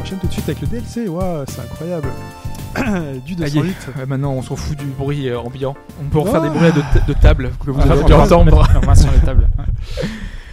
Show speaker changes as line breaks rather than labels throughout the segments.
enchaîne tout de suite avec le DLC. Waouh, c'est incroyable. du
Ça y
208.
est. Ouais, Euh, maintenant, on s'en fout du bruit euh, ambiant. On peut refaire
Ah.
des bruits de, ta- de table que vous
Ah,
avez
on
pu
va
entendre.
On va sur la table.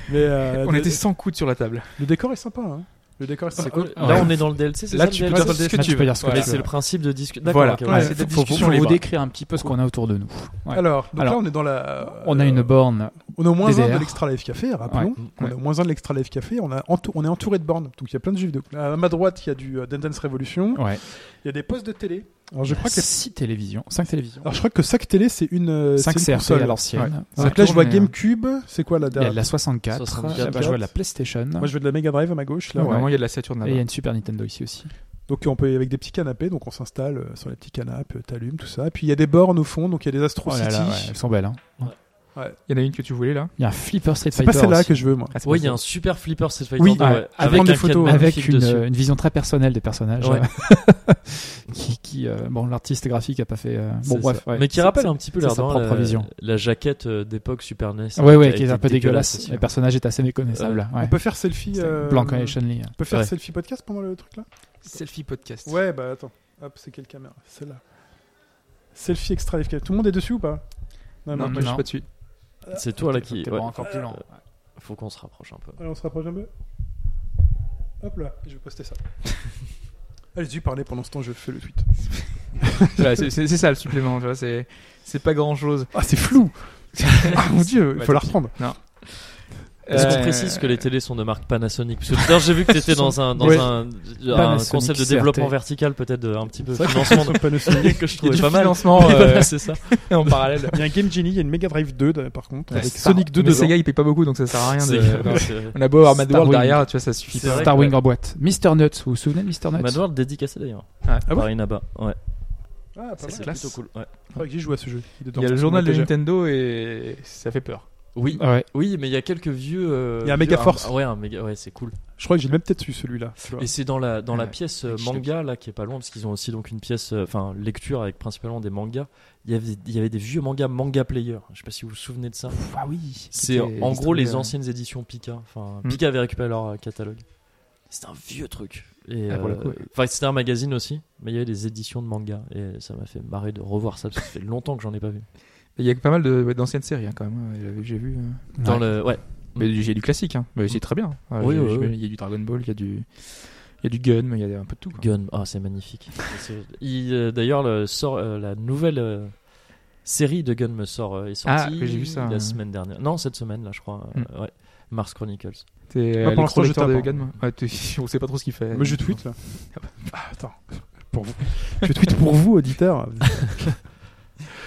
Mais euh,
On
le,
était sans coude sur la table.
le décor est sympa. hein. Le décor est sympa.
cool.
Euh,
Là, on est dans le DLC, c'est
Là,
ça,
tu
le
peux
DLC?
dire ce que
Ah,
tu
peux
veux.
dire ce que
Voilà.
tu veux. c'est le principe de discussion.
Voilà.
Ouais,
c'est des
faut-
Faut, faut,
discussions
faut vous
libres.
décrire un petit peu ce qu'on a autour de nous. Ouais.
Alors, donc
Alors,
là, on est dans la.
on a une borne.
On a au moins
Des
un de
airs.
l'Extra Life Café, rappelons. On a au moins un de l'Extra Life Café. On, a entou- on est entouré de bornes. Donc il y a plein de jeux vidéo. À ma droite, il y a du euh, Dance Revolution.
Ouais.
Il y a des postes de télé. Alors je crois que,
6 télévisions, 5 télévisions.
alors, je crois que chaque télé, c'est une, euh,
5
c'est une
CRT
console.
à l'ancienne. Ça
Donc là, je vois
tourne, euh,
GameCube. C'est quoi la
Il y a
dernière
de la 64.
64.
Là-bas, je vois de la PlayStation.
Moi, je veux de la Mega Drive à ma gauche. Là.
Ouais.
Normalement, il y a de la Saturn
Et il y a
là-bas.
une Super Nintendo ici aussi.
Donc on peut avec des petits canapés. Donc on s'installe euh, sur les petits canapés, euh, t'allumes tout ça. Et puis il y a des bornes au fond. Donc il y a des Astro
Oh là
City.
là, ouais, elles sont belles. hein.
Il y en a une que tu voulais là.
Il y a un Flipper Street
C'est
Fighter.
pas celle-là
aussi.
que je veux moi.
Ah, c'est
Oui,
pas
il y a
ça.
un
super Flipper Street Fighter.
Oui,
ouais,
ouais.
avec
Prendre des
un
photos,
photos,
avec une, euh, une vision très personnelle des personnages.
Ouais.
euh, qui, qui, euh, bon, l'artiste graphique a pas fait. euh, bon,
C'est
bref.
ça.
ouais.
Mais qui
C'est-
rappelle un petit peu
c'est
l'air
sa
dans
propre
la,
vision.
la jaquette euh, d'époque Super NES.
c'est- Ouais, ouais,
a
qui est un
été
peu dégueulasse.
aussi.
Le personnage est assez méconnaissable. Ouais.
On peut faire selfie. euh,
Blanc et hein. Chun-Li.
On peut faire
Ouais.
selfie podcast pendant le truc là.
Selfie podcast.
Ouais, bah attends. Hop, c'est quelle caméra Celle-là. Selfie Extra Life Café. Tout le monde est dessus ou pas
Non, moi, je suis
non.
pas dessus.
C'est toi là
Faut
qui.
que t'aies
ouais. Euh,
bras encore plus lent.
Faut qu'on se rapproche un peu.
Allez, on se rapproche un peu. Hop là, je vais poster ça. Allez-y, parlez pendant ce temps, je fais le tweet.
Voilà, c'est c'est- c'est ça le supplément. tu vois, C'est c'est pas grand chose.
Ah, c'est flou Ah mon dieu, il
Bah,
faut la reprendre.
Est-ce
euh,
qu'on précise que les télés sont de marque Panasonic Parce que tout à l'heure, j'ai vu que t'étais dans un, dans
Ouais.
un, un
Panasonic
concept de
CRT.
développement vertical, peut-être de- un petit peu
C'est vrai
financement de-
Panasonic.
que
Il
je
y a
trouvais
du
pas mal.
financement
Et
euh,
voilà, c'est ça.
en parallèle.
Il y a un Game Genie, il y a une Mega Drive 2 de- par contre,
Ouais,
avec
c'est
Sonic 2
Mais
dedans.
Sega, il paye pas beaucoup, donc ça sert à rien
C'est- euh,
de.
c'est-
On a beau avoir Mad
Star
World
Wing.
derrière, tu vois, ça suffit
C'est
pas.
vrai.
Star Wing en boîte. Mr. Nuts, vous vous souvenez de Mr. Nuts
Mad World dédicacé d'ailleurs.
Ah,
bon
Par Inaba. Ouais.
Ah, pas
Ça, c'est
mal.
classe.
Plutôt cool. ouais.
Je crois que j'y joue à ce jeu. est
Il
dedans,
y a le
sur
journal
mon
de
étagère.
Nintendo et ça fait peur.
Oui.
Ah Ouais.
Oui, mais il y a quelques vieux. euh,
Il y a un
vieux-
Megaforce.
Ouais, un méga. Ouais, c'est cool.
Je crois que j'ai le même peut-être su celui-là. tu vois.
Et c'est dans la dans la
Ouais.
pièce euh,
Je sais
manga là qui est pas loin parce qu'ils ont aussi donc une pièce euh, enfin lecture avec principalement des mangas. Il y avait il y avait des vieux mangas manga player. Je sais pas si vous vous souvenez de ça.
Pff, Ah oui.
C'est
C'était
en gros les
distribué,
anciennes éditions Pika. Enfin
Hmm.
Pika avait récupéré leur euh, catalogue. C'était un vieux truc. Et
Ah, pour le
euh,
coup, ouais.
enfin c'était un magazine aussi, mais il y avait des éditions de manga et ça m'a fait marrer de revoir ça parce que ça fait longtemps que j'en ai pas vu.
Il y a pas mal de- ouais, d'anciennes séries hein, quand même. hein, j'avais- J'ai vu. euh.
ouais.
Dans le ouais. Hmm.
Mais du- j'ai du classique, hein. Mais c'est très bien. Ouais,
Oui,
j'ai-
oui,
j'ai-
oui.
Il y a du Dragon Ball, il y a du, il y a du Gun, mais il y a un peu de tout. quoi.
Gun, ah c'est magnifique. C'est- il, euh, D'ailleurs, le- sort euh, la nouvelle euh, série de Gun me sort euh, est
Ah,
sortie
oui, j'ai vu ça,
la
ouais.
semaine dernière. Non, cette semaine là, je crois. euh, ouais. Mars Chronicles.
T'es euh,
Moi,
le
pour l'instant, je
producteur de
tape, hein.
Gun. moi. Ouais, t'es- on sait pas trop ce qu'il fait.
Mais je tweet là.
bah.
Ah, attends. Pour vous. Je tweet pour vous, auditeurs.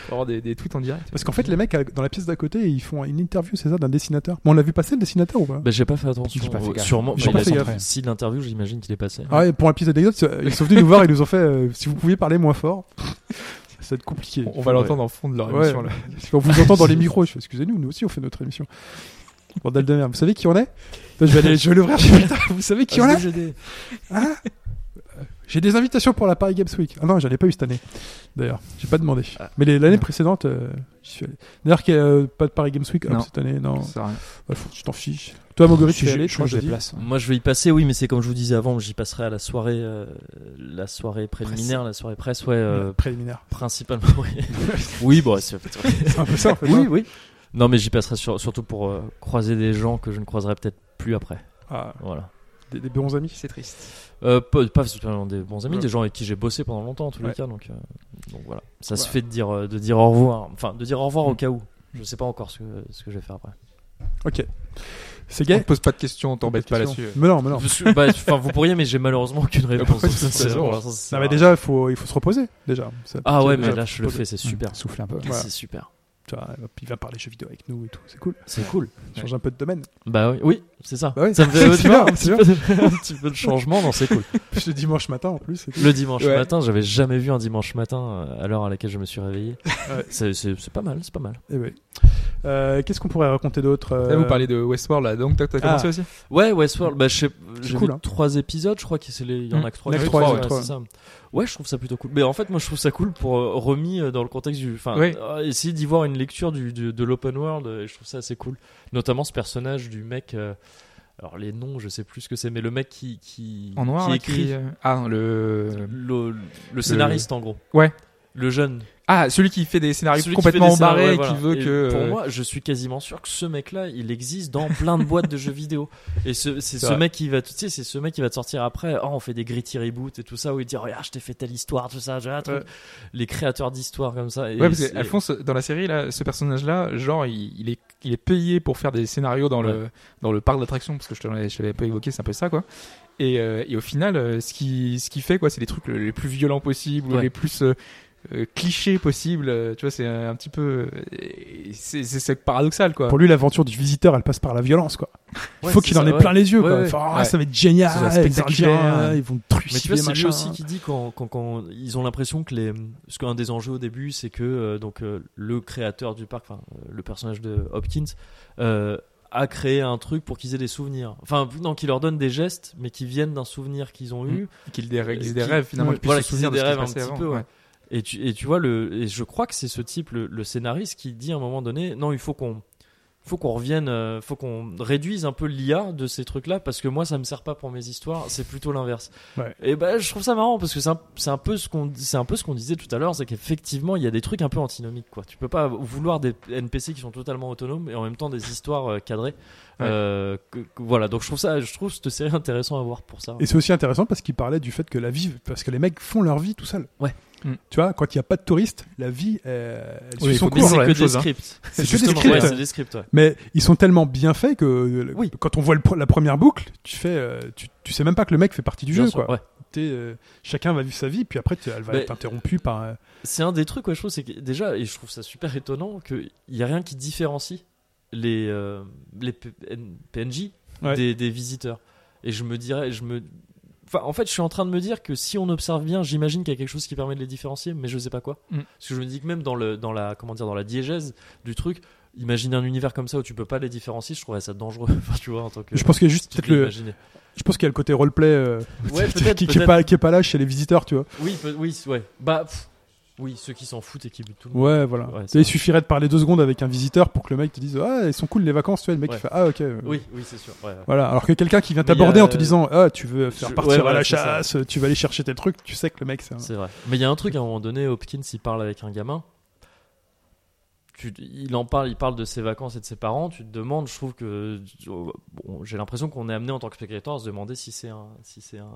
Faut avoir des, des tweets en direct.
Parce qu'en fait, les mecs à- dans la pièce d'à côté, ils font une interview, c'est ça, d'un dessinateur. Mais on l'a vu passer le dessinateur ou pas
Bah, j'ai pas fait attention.
J'ai pas fait
Oh,
gaffe.
Sûrement.
J'ai pas
il a
fait
sorti-
gaffe.
Si l'interview, j'imagine qu'il est passé.
Ah ouais, pour un pièce d'anecdote, ils sont venus nous voir, ils nous ont fait euh, si vous pouviez parler moins fort. Ça va être compliqué.
On, on va l'entendre en fond de leur
Ouais.
émission. Là.
Parce qu'on vous entend dans les micros. Je fais, excusez-nous, nous aussi on fait notre émission. Bordel de merde. Vous savez qui on est Attends, Je vais aller, je vais l'ouvrir. je vais- putain, Vous savez qui on est J'ai des invitations pour la Paris Games Week. Ah non, j'en ai pas eu cette année. D'ailleurs, j'ai pas demandé.
Ah.
Mais les- l'année précédente, euh, j'y suis allé. D'ailleurs, qu'il y a euh, pas de Paris Games Week hop,
Non.
cette année. Non,
Ça sert à rien.
Ouais, faut- tu t'en fiches. Toi, Mogori, tu
Je-
es allé
Je crois que j'ai
j'ai
des places. ouais.
Moi, je vais y passer, oui, mais c'est comme je vous disais avant, j'y passerai à la soirée, euh, la soirée préliminaire, la soirée presse, ouais, euh,
Préliminaire.
principalement. Oui, oui bon, c'est
C'est un peu ça en fait.
oui,
hein.
oui. Non, mais j'y passerai sur- surtout pour euh, croiser des gens que je ne croiserai peut-être plus après.
Ah,
Voilà.
des, des bons amis.
C'est triste.
Euh, pas, pas spécialement des bons amis,
Ouais.
des gens avec qui j'ai bossé pendant longtemps en tous
Ouais.
les cas. Donc, euh, donc voilà, ça se
Ouais.
fait de dire, euh, de dire au revoir. Enfin, de dire au revoir au
Mm.
cas où. Je sais pas encore ce que, ce que je vais faire après.
Ok. C'est
On
gay
te pose pas de questions, t'embête pas
euh,
là-dessus.
Mais non, mais non.
Parce que- bah, Enfin, vous pourriez, mais j'ai malheureusement aucune réponse.
Bah, c'est-
C'est-
c'est-
pour l'instant, c'est-
Non, mais déjà, faut, il faut se reposer. Déjà. Ça-
Ah ouais, mais
déjà,
là
faut
je
se
le
reposer.
fais, c'est super.
Mmh, Souffle un peu.
Voilà.
C'est super.
Tu vois, il va parler jeux vidéo avec nous et tout. C'est cool.
C'est cool.
Change un peu de domaine.
Bah oui, oui c'est ça.
Bah oui,
ça me fait
c'est
tu vois,
bien,
un,
c'est
petit peu de, un petit peu de changement, non, c'est cool.
Le dimanche matin en plus. c'est cool.
Le dimanche
Ouais.
matin, j'avais jamais vu un dimanche matin euh, à l'heure à laquelle je me suis réveillé. C'est- C'est c'est pas mal, c'est pas mal.
Eh ouais. Euh, Qu'est-ce qu'on pourrait raconter d'autre euh,
Là, Eh, vous parlez de Westworld, là. donc t'as t'as
Ah.
commencé aussi
Ouais, Westworld, bah, je sais- j'ai
cool,
vu
hein.
trois épisodes, je crois qu'il c'est les- il y en a que trois.
Il y en a
que
que trois,
ouais,
ouais.
c'est ça. Ouais, je trouve ça plutôt cool. Mais en fait, moi, je trouve ça cool pour euh, remis euh, dans le contexte du, enfin,
Ouais.
euh, essayer d'y voir une lecture du, du- de l'open world. euh, Et je trouve ça assez cool, notamment ce personnage du mec. euh, Alors les noms, je sais plus ce que c'est, mais le mec qui qui,
En noir,
qui
là,
écrit
euh, Ah, le.
le, le scénariste en gros.
Ouais.
Le jeune.
Ah, celui qui fait des scénarios
Celui qui fait
complètement
des scénarios,
barrés et
ouais,
qui
voilà.
veut
Et
que.
Pour
euh,
moi, je suis quasiment sûr que ce mec-là, il existe dans plein de boîtes de jeux vidéo. Et ce- c'est ce
vrai.
mec qui va, te- tu sais, c'est ce mec qui va te sortir après. Oh, on fait des gritty reboot et tout ça où il dit oh, regarde, je t'ai fait telle histoire, tout ça, j'ai un truc.
Ouais.
Les créateurs d'histoires comme ça. Et
Ouais, parce
c'est-
qu'Alphonse, dans la série, là, ce personnage-là, genre, il, il est, il est payé pour faire des scénarios dans, le, dans le parc d'attraction, parce que je te l'avais- je l'avais pas évoqué, c'est un peu ça, quoi. Et, euh, et au final, euh, ce qu'il ce qui fait, quoi, c'est les trucs le- les plus violents possibles, ou
Ouais.
les plus euh, euh, clichés possibles. euh, Tu vois, c'est un, un petit peu. euh, C'est c'est- c'est paradoxal, quoi.
Pour lui, l'aventure du visiteur, elle passe par la violence, quoi. Il
Ouais,
faut
c'est
qu'il en
ça,
ait
ouais.
plein les yeux,
Ouais,
quoi.
ouais.
Enfin, ah,
Ouais.
ça va être génial,
Ça va être
les
spectaculaire.
Indiens, ah, ils vont
Mais tu vois,
trucider,
c'est lui
machin.
aussi qui dit quand, quand, quand ils ont l'impression que les. Parce qu'un des enjeux au début, c'est que euh, donc, euh, le créateur du parc, enfin, euh, le personnage de Hopkins, euh, a créé un truc pour qu'ils aient des souvenirs. Enfin, non, qui leur donne des gestes, mais qui viennent d'un souvenir qu'ils ont eu.
Qu'il dé- réalise des
euh, qui-
rêves, finalement.
ouais,
tu puisses
voilà,
se
qu'il
souvenir
ait
de
des
ce qui se
rêves un
passait
petit
avant,
peu, ouais. Et, tu, et tu vois, le, et je crois que c'est ce type, le, le scénariste, qui dit à un moment donné Non, il faut qu'on. Faut qu'on revienne, euh, faut qu'on réduise un peu l'IA de ces trucs-là parce que moi ça me sert pas pour mes histoires, c'est plutôt l'inverse.
Ouais.
Et ben je trouve ça marrant parce que c'est un, c'est un peu ce qu'on c'est un peu ce qu'on disait tout à l'heure, c'est qu'effectivement il y a des trucs un peu antinomiques quoi. Tu peux pas vouloir des NPC qui sont totalement autonomes et en même temps des histoires euh, cadrées.
Ouais.
Euh, que- que- voilà donc je trouve ça je trouve cette série intéressant à voir pour ça.
Et c'est aussi intéressant parce qu'il parlait du fait que la vie, parce que les mecs font leur vie tout seuls.
Ouais.
Mm.
Tu vois, quand il n'y a pas de touristes, la vie, euh, elle
Oui,
suit son
faut
Mais
cours.
toujours
c'est
la
que
même
des
chose, hein.
scripts.
C'est que des
Justement,
scripts.
ouais, c'est des scripts. ouais.
Mais ils sont tellement bien faits que euh,
Oui.
quand on voit le pr- la première boucle, tu fais, euh, tu, tu sais même pas que le mec fait partie du
Bien
jeu,
sûr,
quoi.
ouais.
T'es, euh, chacun va vivre sa vie, puis après, t'es- elle va
Mais-
être interrompue par. euh,
C'est un des trucs, ouais, je trouve, c'est que déjà, et je trouve ça super étonnant, qu'il n'y a rien qui différencie les, euh, les P- N- PNJ
Ouais.
des, des visiteurs. Et je me dirais, je me. Enfin, en fait, je suis en train de me dire que si on observe bien, j'imagine qu'il y a quelque chose qui permet de les différencier, mais je sais pas quoi.
Mm.
Parce que je me dis que même dans, le, dans, la, comment dire, dans la diégèse du truc, imagine un univers comme ça où tu peux pas les différencier, je trouverais ça dangereux. Enfin, tu vois, en tant que.
je pense qu'il y a juste
tu
peut-être
peux
le,
l'imaginer.
je pense qu'il y a le côté roleplay euh,
Ouais,
qui-
peut-être.
qui, qui est
peut-être.
pas, qui est pas là chez les visiteurs, tu vois.
Oui, peut- oui, ouais. Bah, pff, oui, ceux qui s'en foutent et qui butent tout le monde.
Ouais, voilà.
Ouais,
Tu sais,
c'est
il
vrai.
suffirait de parler deux secondes avec un visiteur pour que le mec te dise Ah, elles sont cool les vacances, tu vois. Le mec
Ouais.
il fait Ah, ok. euh,
Oui, oui, c'est sûr. ouais, ouais.
Voilà. Alors que quelqu'un qui vient
Mais il y
t'aborder
a-
en te disant Ah, tu veux faire
Je-
partir
ouais,
à
voilà,
la
c'est ça.
chasse, tu vas aller chercher tes trucs, tu sais que le mec, c'est un-
C'est vrai. Mais il y a un truc, à un moment donné, Hopkins, il parle avec un gamin. Tu- il en parle, il parle de ses vacances et de ses parents. Tu te demandes, je trouve que bon, j'ai l'impression qu'on est amené en tant que spectateur à se demander si c'est un, si c'est un,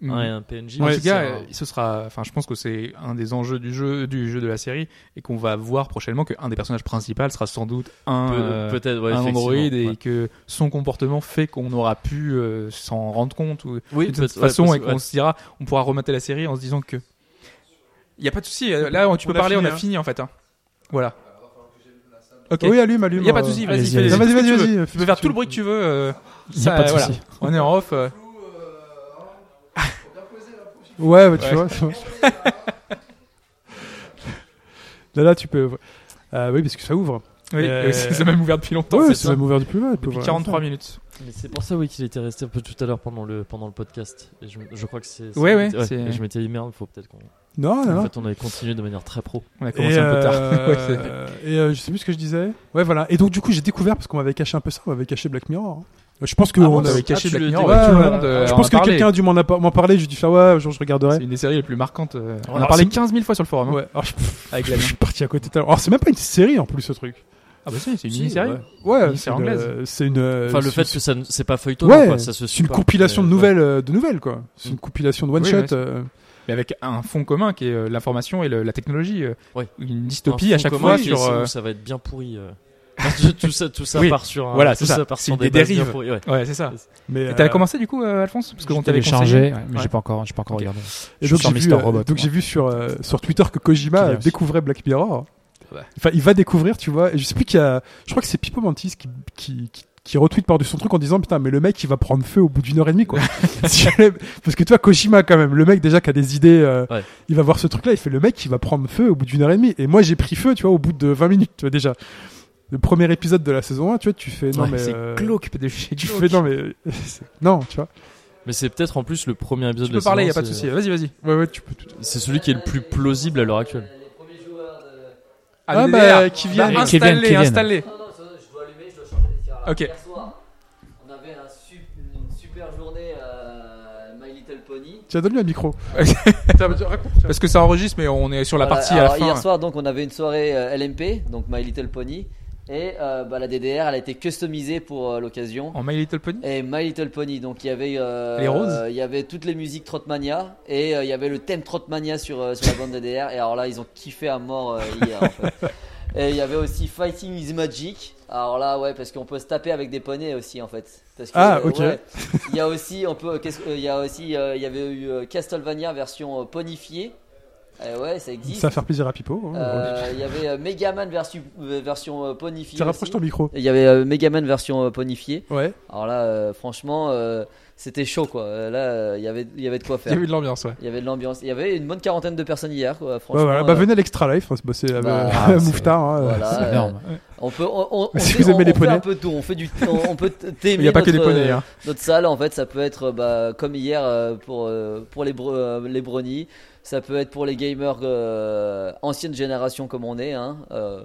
ouais.
un, un PNJ.
Mm. En
ou
tout
si
cas,
c'est un-
euh, ce sera. Enfin, je pense que c'est un des enjeux du jeu, du jeu de la série, et qu'on va voir prochainement qu'un des personnages principaux sera sans doute un,
Pe-
euh,
peut-être ouais,
un
effectivement,
android, et
ouais.
que son comportement fait qu'on aura pu euh, s'en rendre compte ou,
oui,
de
peut-
toute
ouais,
façon,
parce-
et qu'on
ouais.
se dira, on pourra remater la série en se disant que. Il y a pas de souci. euh, Là, tu On peux a parler. fini, on a hein. fini en fait. hein. Voilà. Ok.
Oui, allume, allume.
Il y a pas de
euh,
souci.
allez-y,
Vas-y.
allez-y,
fais
allez-y.
les-
Non,
fais ce
vas-y,
que
vas-y,
tu veux.
vas-y,
Tu
fais
peux faire
ce que
tout
tu
le bruit que tu veux. euh,
Il n'y
ça,
a pas de
voilà.
souci.
On est en off. euh.
veux. Ouais, bah, tu
Ouais.
vois. c'est vrai. Là, là, tu peux. Euh, oui, parce que ça ouvre.
Oui,
Euh,
c'est même ouvert depuis longtemps.
Ouais,
c'est
c'est
ça.
même ouvert depuis là.
Depuis 43 minutes.
Mais c'est pour ça oui qu'il était resté un peu tout à l'heure pendant le pendant le podcast. Et je, je crois que c'est. c'est-
Ouais, ouais, c'est-
et je m'étais dit merde, faut peut-être qu'on.
Non, non,
Ah, bah,
en
non.
fait, on avait continué de manière très pro.
On a commencé
Et,
un peu tard. Ouais, c'est-
euh, et euh, je sais plus ce que je disais. Ouais, voilà. Et donc, du coup, j'ai découvert parce qu'on m'avait caché un peu ça. On m'avait caché Black Mirror. hein. Je pense que
Ah,
on
on
avait-
avait caché
tu
Black
le
Mirror.
dégages.
tout le
Ouais,
monde, euh,
Je
en
pense que
parlait.
quelqu'un a dû m'en appa- m'en parler. J'ai dû faire ouais, un jour je regarderai.
C'est une des séries les plus marquantes. euh, on a
Alors,
parlé
c'est-
15 000 fois sur le forum. hein,
Ouais. Alors, je,
Avec la
je suis parti à côté. tout à l'heure. Alors c'est même pas une série en plus ce truc.
Ah bah si, c'est une
Si,
mini-série.
ouais.
Ouais,
Une
c'est
série
une,
anglaise.
euh, C'est une. euh,
Enfin, le
c'est-
fait
c'est-
que ça ne- c'est pas feuilleton,
Ouais,
quoi, ça se
c'est une
supporte,
compilation de
mais-
nouvelles, euh, de nouvelles quoi. C'est une compilation de one
Mm. Oui,
shot.
ouais, c'est-
euh.
Mais avec un fond commun qui est euh, l'information et le- la technologie. euh,
Ouais.
Une
Un
dystopie à
fond
chaque
commun
fois
qui-
sur.
c'est où
euh,
ça va être bien pourri. euh. Parce que tout ça, tout ça
Oui,
part sur. un-
voilà,
tout
c'est ça.
part
C'est
sur
des
bases bien
dérives.
pourries, ouais.
Ouais, c'est ça.
Mais
Et t'avais
euh,
commencé du coup, euh, Alphonse Parce qu'on
Je
t'avait
t'avais
conseillé.
chargé, ouais, mais
Ouais.
j'ai pas encore, j'ai pas encore regardé.
Et
Je
donc
sors
j'ai
mes
vu,
Star
euh,
Robot,
donc
moi.
j'ai vu sur, euh, sur Twitter que Kojima
Qui est
euh,
aussi.
découvrait Black Mirror.
Ouais.
Enfin, il va découvrir, tu vois. Et je sais plus qui a. Je crois que c'est Pipo Mantis qui, qui, qui, qui retweet par-dessus son truc en disant Putain, mais le mec, il va prendre feu au bout d'une heure et demie, quoi. Si le- Parce que tu vois, Kojima, quand même, le mec déjà qui a des idées, euh,
Ouais.
il va voir ce truc-là, il fait Le mec, il va prendre feu au bout d'une heure et demie. Et moi, j'ai pris feu, tu vois, au bout de 20 minutes, tu vois, déjà. Le premier épisode de la saison 1, tu vois, tu fais Non,
Ouais,
mais.
C'est
euh,
glauque de chez
Tu
glauque.
fais non, mais. non, tu vois.
Mais c'est peut-être en plus le premier épisode
Tu
de
peux
la
parler, y a
saison,
pas de
c'est-
souci. Vas-y, vas-y.
Ouais, ouais, tu peux tout.
C'est celui qui est le plus plausible à l'heure actuelle.
Ah,
ADR.
bah, qui viennent.
Bah,
Kevin,
Installez,
Kevin.
installez.
Non, non, ça, je dois allumer, je dois changer. les tirs à la-
Ok.
Hier soir, on avait un sup- une super journée à My Little Pony.
Tu as donné le micro.
Parce que ça enregistre, mais on est sur la
Voilà,
partie à
Euh, alors,
la fin.
Hier soir, donc, on avait une soirée euh, LMP, donc My Little Pony. Et euh, bah, la DDR, elle a été customisée pour euh, l'occasion.
En My Little Pony
Et My Little Pony, donc il y avait euh,
Les roses
euh, il y avait toutes les musiques Trotmania et euh, il y avait le thème Trotmania sur euh, sur la bande DDR et alors là ils ont kiffé à mort euh, hier. en fait. Et il y avait aussi Fighting is Magic. Alors là ouais parce qu'on peut se taper avec des poneys aussi en fait. Parce que,
Ah,
euh,
ok.
ouais, il y a aussi on peut qu'est-ce que- il y a aussi euh, il y avait eu euh, Castlevania version euh, ponifiée. Eh ouais ça existe.
Ça va faire plaisir à Pipo. hein.
Euh, il y avait euh, Megaman version euh, version euh, ponifiée.
Tu rapproches ton
aussi.
micro.
Et Il y avait euh, Megaman version euh, ponifiée.
Ouais.
Alors là, euh, franchement, euh, c'était chaud quoi. Euh, Là, euh, il y avait- il y avait de quoi
Il y
faire.
a eu de l'ambiance, ouais.
Il y avait de l'ambiance. Il y avait une bonne quarantaine de personnes hier, quoi,
Ouais,
franchement.
voilà. Bah,
euh,
venez à l'Extra Life, on se bosser avec
Bah,
euh,
c'est-
Mouftar. hein.
voilà,
Ah,
C'est
euh,
énorme.
On peut, on, on- on
Si
fait-
vous aimez
on-
les
on fait
poneys.
un peu tout. On fait du, on, on peut t- t'aimer
Il n'y a pas que des
notre,
poneys.
euh,
hein.
Notre salle, en fait, ça peut être bah, comme hier euh, pour euh, pour les bro- euh, les bronies. Ça peut être pour les gamers euh, ancienne génération comme on est, hein, euh,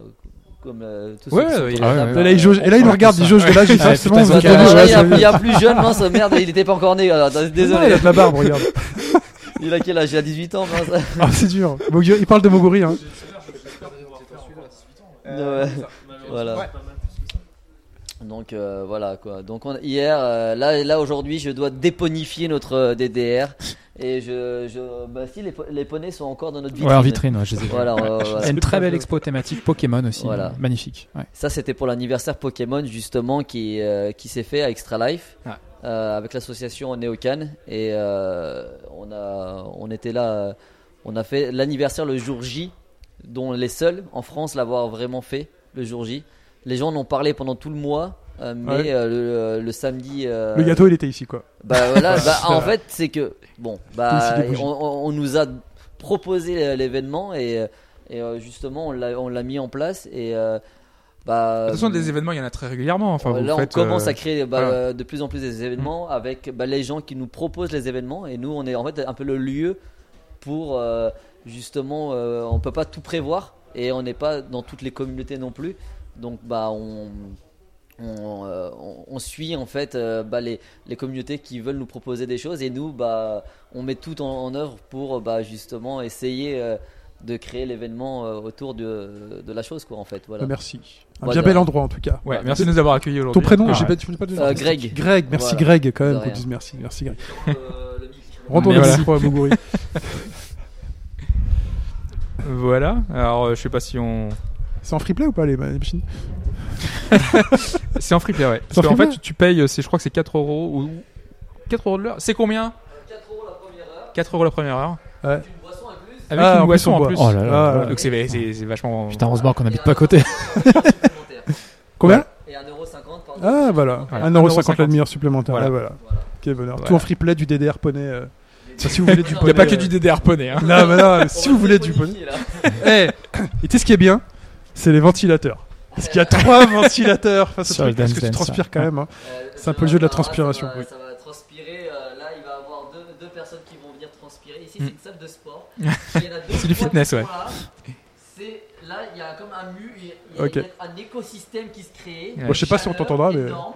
comme euh, tous ceux
Ouais,
qui sont
ouais,
autour de la
ouais,
table,
Et là, il
hein.
jauge, et là, il
on-
nous regarde,
on-
il jauge de l'âge, il
Ouais,
fait ah, c'est bon,
putain,
vous
Bah,
êtes
c'est
t'as
bien,
vrai,
ouais,
raison, il y a-
c'est-
il y a plus jeune, mince, merde, il était pas encore né. alors,
Non, il
désolé.
a de la barbe, regarde.
Il a quel âge Il a 18 ans, mince.
Ah, c'est dur. Moguri- il parle de Moguri, hein.
Euh, voilà. Donc euh, voilà quoi. Donc on- hier, euh, là, là aujourd'hui, je dois déponifier notre euh, DDR et je, je bah si les, po- les poneys sont encore dans notre
euh,
vitrine.
Ouais, en vitrine, ouais, je les ai vus.
Voilà, ouais, ouais,
Il y
voilà.
a une très belle expo thématique Pokémon aussi,
Voilà.
euh, magnifique. Ouais.
Ça c'était pour l'anniversaire Pokémon justement qui euh, qui s'est fait à Extra Life
Ah.
euh, avec l'association Neocan et euh, on a on était là, euh, on a fait l'anniversaire le jour J, dont les seuls en France l'avoir vraiment fait le jour J. Les gens en ont parlé pendant tout le mois. euh, mais
Ah Ouais.
euh, le, le samedi euh,
Le gâteau, il était ici, quoi.
Bah voilà, bah, en fait, c'est que bon, bah
Ici, des bougies.
on, on- on nous a proposé euh, l'événement et, euh, et, euh, justement on l'a on l'a mis en place et euh, bah
De toute façon, des événements, il y en a très régulièrement. Enfin, vous
là,
faites,
on commence
euh,
à créer bah,
voilà. Mm.
euh, de plus en plus des événements avec bah, les gens qui nous proposent les événements et nous, on est en fait un peu le lieu pour euh, justement, euh, on peut pas tout prévoir et on n'est pas dans toutes les communautés non plus, donc bah on on, euh, on- on suit en fait euh, bah, les, les communautés qui veulent nous proposer des choses et nous bah on met tout en, en œuvre pour bah, justement essayer euh, de créer l'événement euh, autour de, de la chose quoi en fait voilà.
Bah, Merci. Un
Voilà.
bien bel endroit, en tout cas.
Ouais, merci de nous avoir accueillis
Ton
aujourd'hui.
prénom,
Ah,
j'ai
ouais.
pas, tu me dis pas de-
Euh, Greg.
Greg, merci
Voilà.
Greg, quand
De
même, qu'on
rien.
dise merci, merci Greg.
Euh,
Rends ton
Merci.
micro à Moguri.
Voilà. Alors, euh, je sais pas si on.
C'est en free play ou pas, les les machines
C'est en free play, ouais.
C'est en
Parce qu'en
free
fait,
play
tu- tu payes, euh, c'est- je crois que c'est 4 euros ou 4 euros de l'heure. C'est combien 4 euros la première heure.
Ouais.
4 euros la première heure. Avec
Ah, en
une
plus,
boisson
on
en
boit.
plus.
Oh là là.
Ah, ouais.
Donc c'est c'est- c'est vachement.
Putain, heureusement qu'on n'habite pas à côté.
Combien
Et 1,50€ par
Ah, voilà.
Ouais.
1,50€ la
1,50.
demi-heure supplémentaire.
Voilà.
Ah, voilà. Quel bonheur.
Voilà.
Tout en free play, du DDR poney. euh. Ça, si vous voulez du
Il y a
Il
poney.
n'y a pas que
euh,
du DDR poney. Hein.
Non, mais non, si vous voulez du poney. Eh, et tu sais ce qui est bien C'est les ventilateurs. Parce qu'il y a trois ventilateurs face au
Sur le
truc, parce que tu
Dance Dance,
transpires
ouais.
quand même. hein. C'est un peu le jeu de la transpiration,
Ça va,
oui.
Euh, ça va transpirer. euh, là, il va y avoir deux, deux personnes qui vont venir transpirer. Ici,
Mm.
c'est une salle de sport. Il y en a deux,
C'est du
trois
fitness,
qui
ouais.
sont Là, C'est- là, il y a comme un mu, il y a- il y a,
Ok.
il y a un écosystème qui se crée.
Bon,
je sais pas si on
Chaleur
t'entendra, mais-
énorme.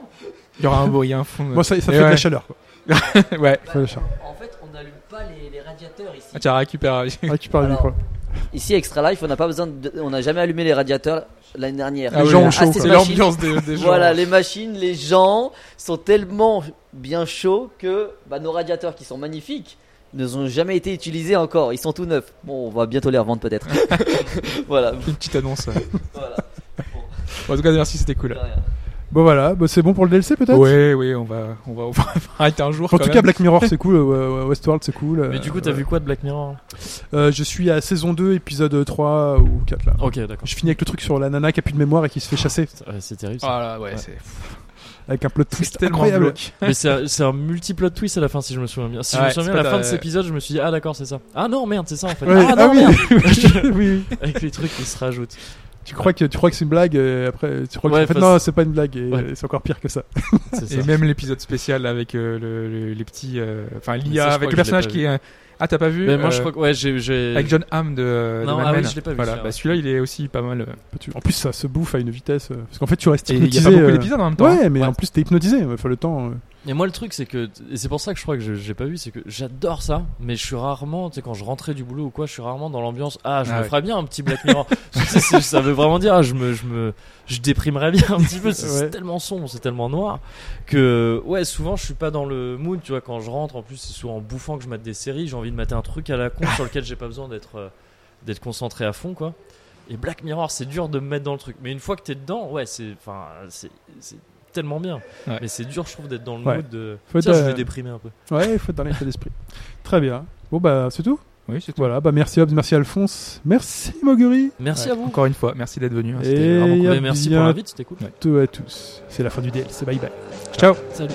Il y aura un bruit, un fond.
Moi, ça, ça
Et
fait de
ouais.
la chaleur. Quoi.
ouais.
Ça fait de la chaleur.
Bah, En fait, on n'allume pas les, les radiateurs ici.
Ah, tu as récupéré.
Ah, tu parles du
Alors,
quoi
Ici, Extra Life, on n'a pas besoin de- on n'a jamais allumé les radiateurs l'année dernière.
Ah
Il y
oui,
a
gens ont
assez
chaud,
de
quoi.
C'est
machines.
l'ambiance des, des gens.
Voilà, les machines, les gens sont tellement bien chauds que bah, nos radiateurs qui sont magnifiques ne ont jamais été utilisés encore. Ils sont tout neufs. Bon, on va bientôt les revendre peut-être. voilà.
Une petite annonce. ouais.
voilà.
En tout cas, merci, c'était
de
cool.
rien.
Bon, voilà, Bah, c'est bon pour le DLC peut-être
Ouais, ouais, on va, on va, on va arrêter un jour.
En
quand
tout
même.
cas, Black Mirror, c'est cool. euh, Westworld, c'est cool. euh,
Mais du coup, t'as
euh,
vu quoi de Black Mirror hein
euh, Je suis à saison 2, épisode 3 ou 4 là.
Ok, d'accord.
Je finis avec le truc sur la nana qui a plus de mémoire et qui se fait chasser
Ouais, C'est terrible. ça.
Ah là, ouais,
Ouais.
c'est
avec un plot
c'est
twist
tellement
incroyable.
glauque.
Mais c'est un- c'est un multiplot twist à la fin, si je me souviens bien. Si je
Ouais,
me souviens
c'est
bien,
pas
à la fin de
ta-
cet épisode, je me suis dit, ah d'accord, c'est ça. Ah non, merde, c'est ça en fait.
Ouais.
Ah non,
oui,
merde
oui, oui.
Avec les trucs qui se rajoutent.
Tu crois que tu crois que c'est une blague et après tu crois que
Ouais,
en fait,
parce-
non, c'est pas une blague et
Ouais.
euh, c'est encore pire que ça.
C'est
Et
ça.
même l'épisode spécial avec euh, le- le- les petits, euh, enfin
Mais ça,
l'IA, avec
je crois
le
que je l'ai
personnage
pas
qui est Ah, t'as pas vu
Mais moi,
euh,
je crois que. Ouais, j'ai. j'ai-
Avec John Hamm de, de
Non,
Mad
ah oui,
Men.
je l'ai pas vu,
Voilà,
ça,
bah,
ouais.
celui-là, il est aussi pas mal. euh,
Bah, En plus, ça se bouffe à une vitesse. euh, Parce qu'en fait, tu restes
Et il y a
hypnotisé.
pas beaucoup
euh,
d'épisodes en même temps. hein.
Ouais, mais
Ouais.
en plus, t'es hypnotisé. Enfin, le temps. euh,
Et moi, le truc, c'est que. Et c'est pour ça que je crois que je- j'ai pas vu, c'est que j'adore ça, mais je suis rarement. Tu sais, quand je rentrais du boulot ou quoi, je suis rarement dans l'ambiance. Ah, je
Ah
me
ouais.
ferais bien un petit Black Mirror. Tu sais, c'est- ça veut vraiment dire, ah, je me. Je me je déprimerais bien un petit peu. C'est c'est
Ouais.
tellement sombre, c'est tellement noir. Que. Ouais, souvent, je suis pas dans le mood, tu vois, quand je rentre. En plus, c'est souvent en bouffant que je mate des séries. J'ai envie de mater un truc à la con sur lequel j'ai pas besoin d'être. euh, d'être concentré à fond, quoi. Et Black Mirror, c'est dur de me mettre dans le truc. Mais une fois que t'es dedans, ouais, c'est, enfin, c'est, c'est tellement bien.
Ouais.
Mais c'est dur, je trouve, d'être dans le
Ouais.
mood de.
Faut
Tiens,
être,
je vais
euh,
déprimer un peu.
Ouais, il faut être dans l'état d'esprit. Très bien. Bon, bah, c'est tout.
Oui, c'est tout.
Voilà, bah, merci Hobbs, merci Alphonse, merci Moguri.
Merci
Ouais.
à vous.
Encore une fois, merci d'être venu. hein,
Et
C'était vraiment
à
Mais merci pour
bien-
l'invite, c'était cool.
Tous à tous. C'est la fin du DLC. Bye bye.
Ciao.
Salut.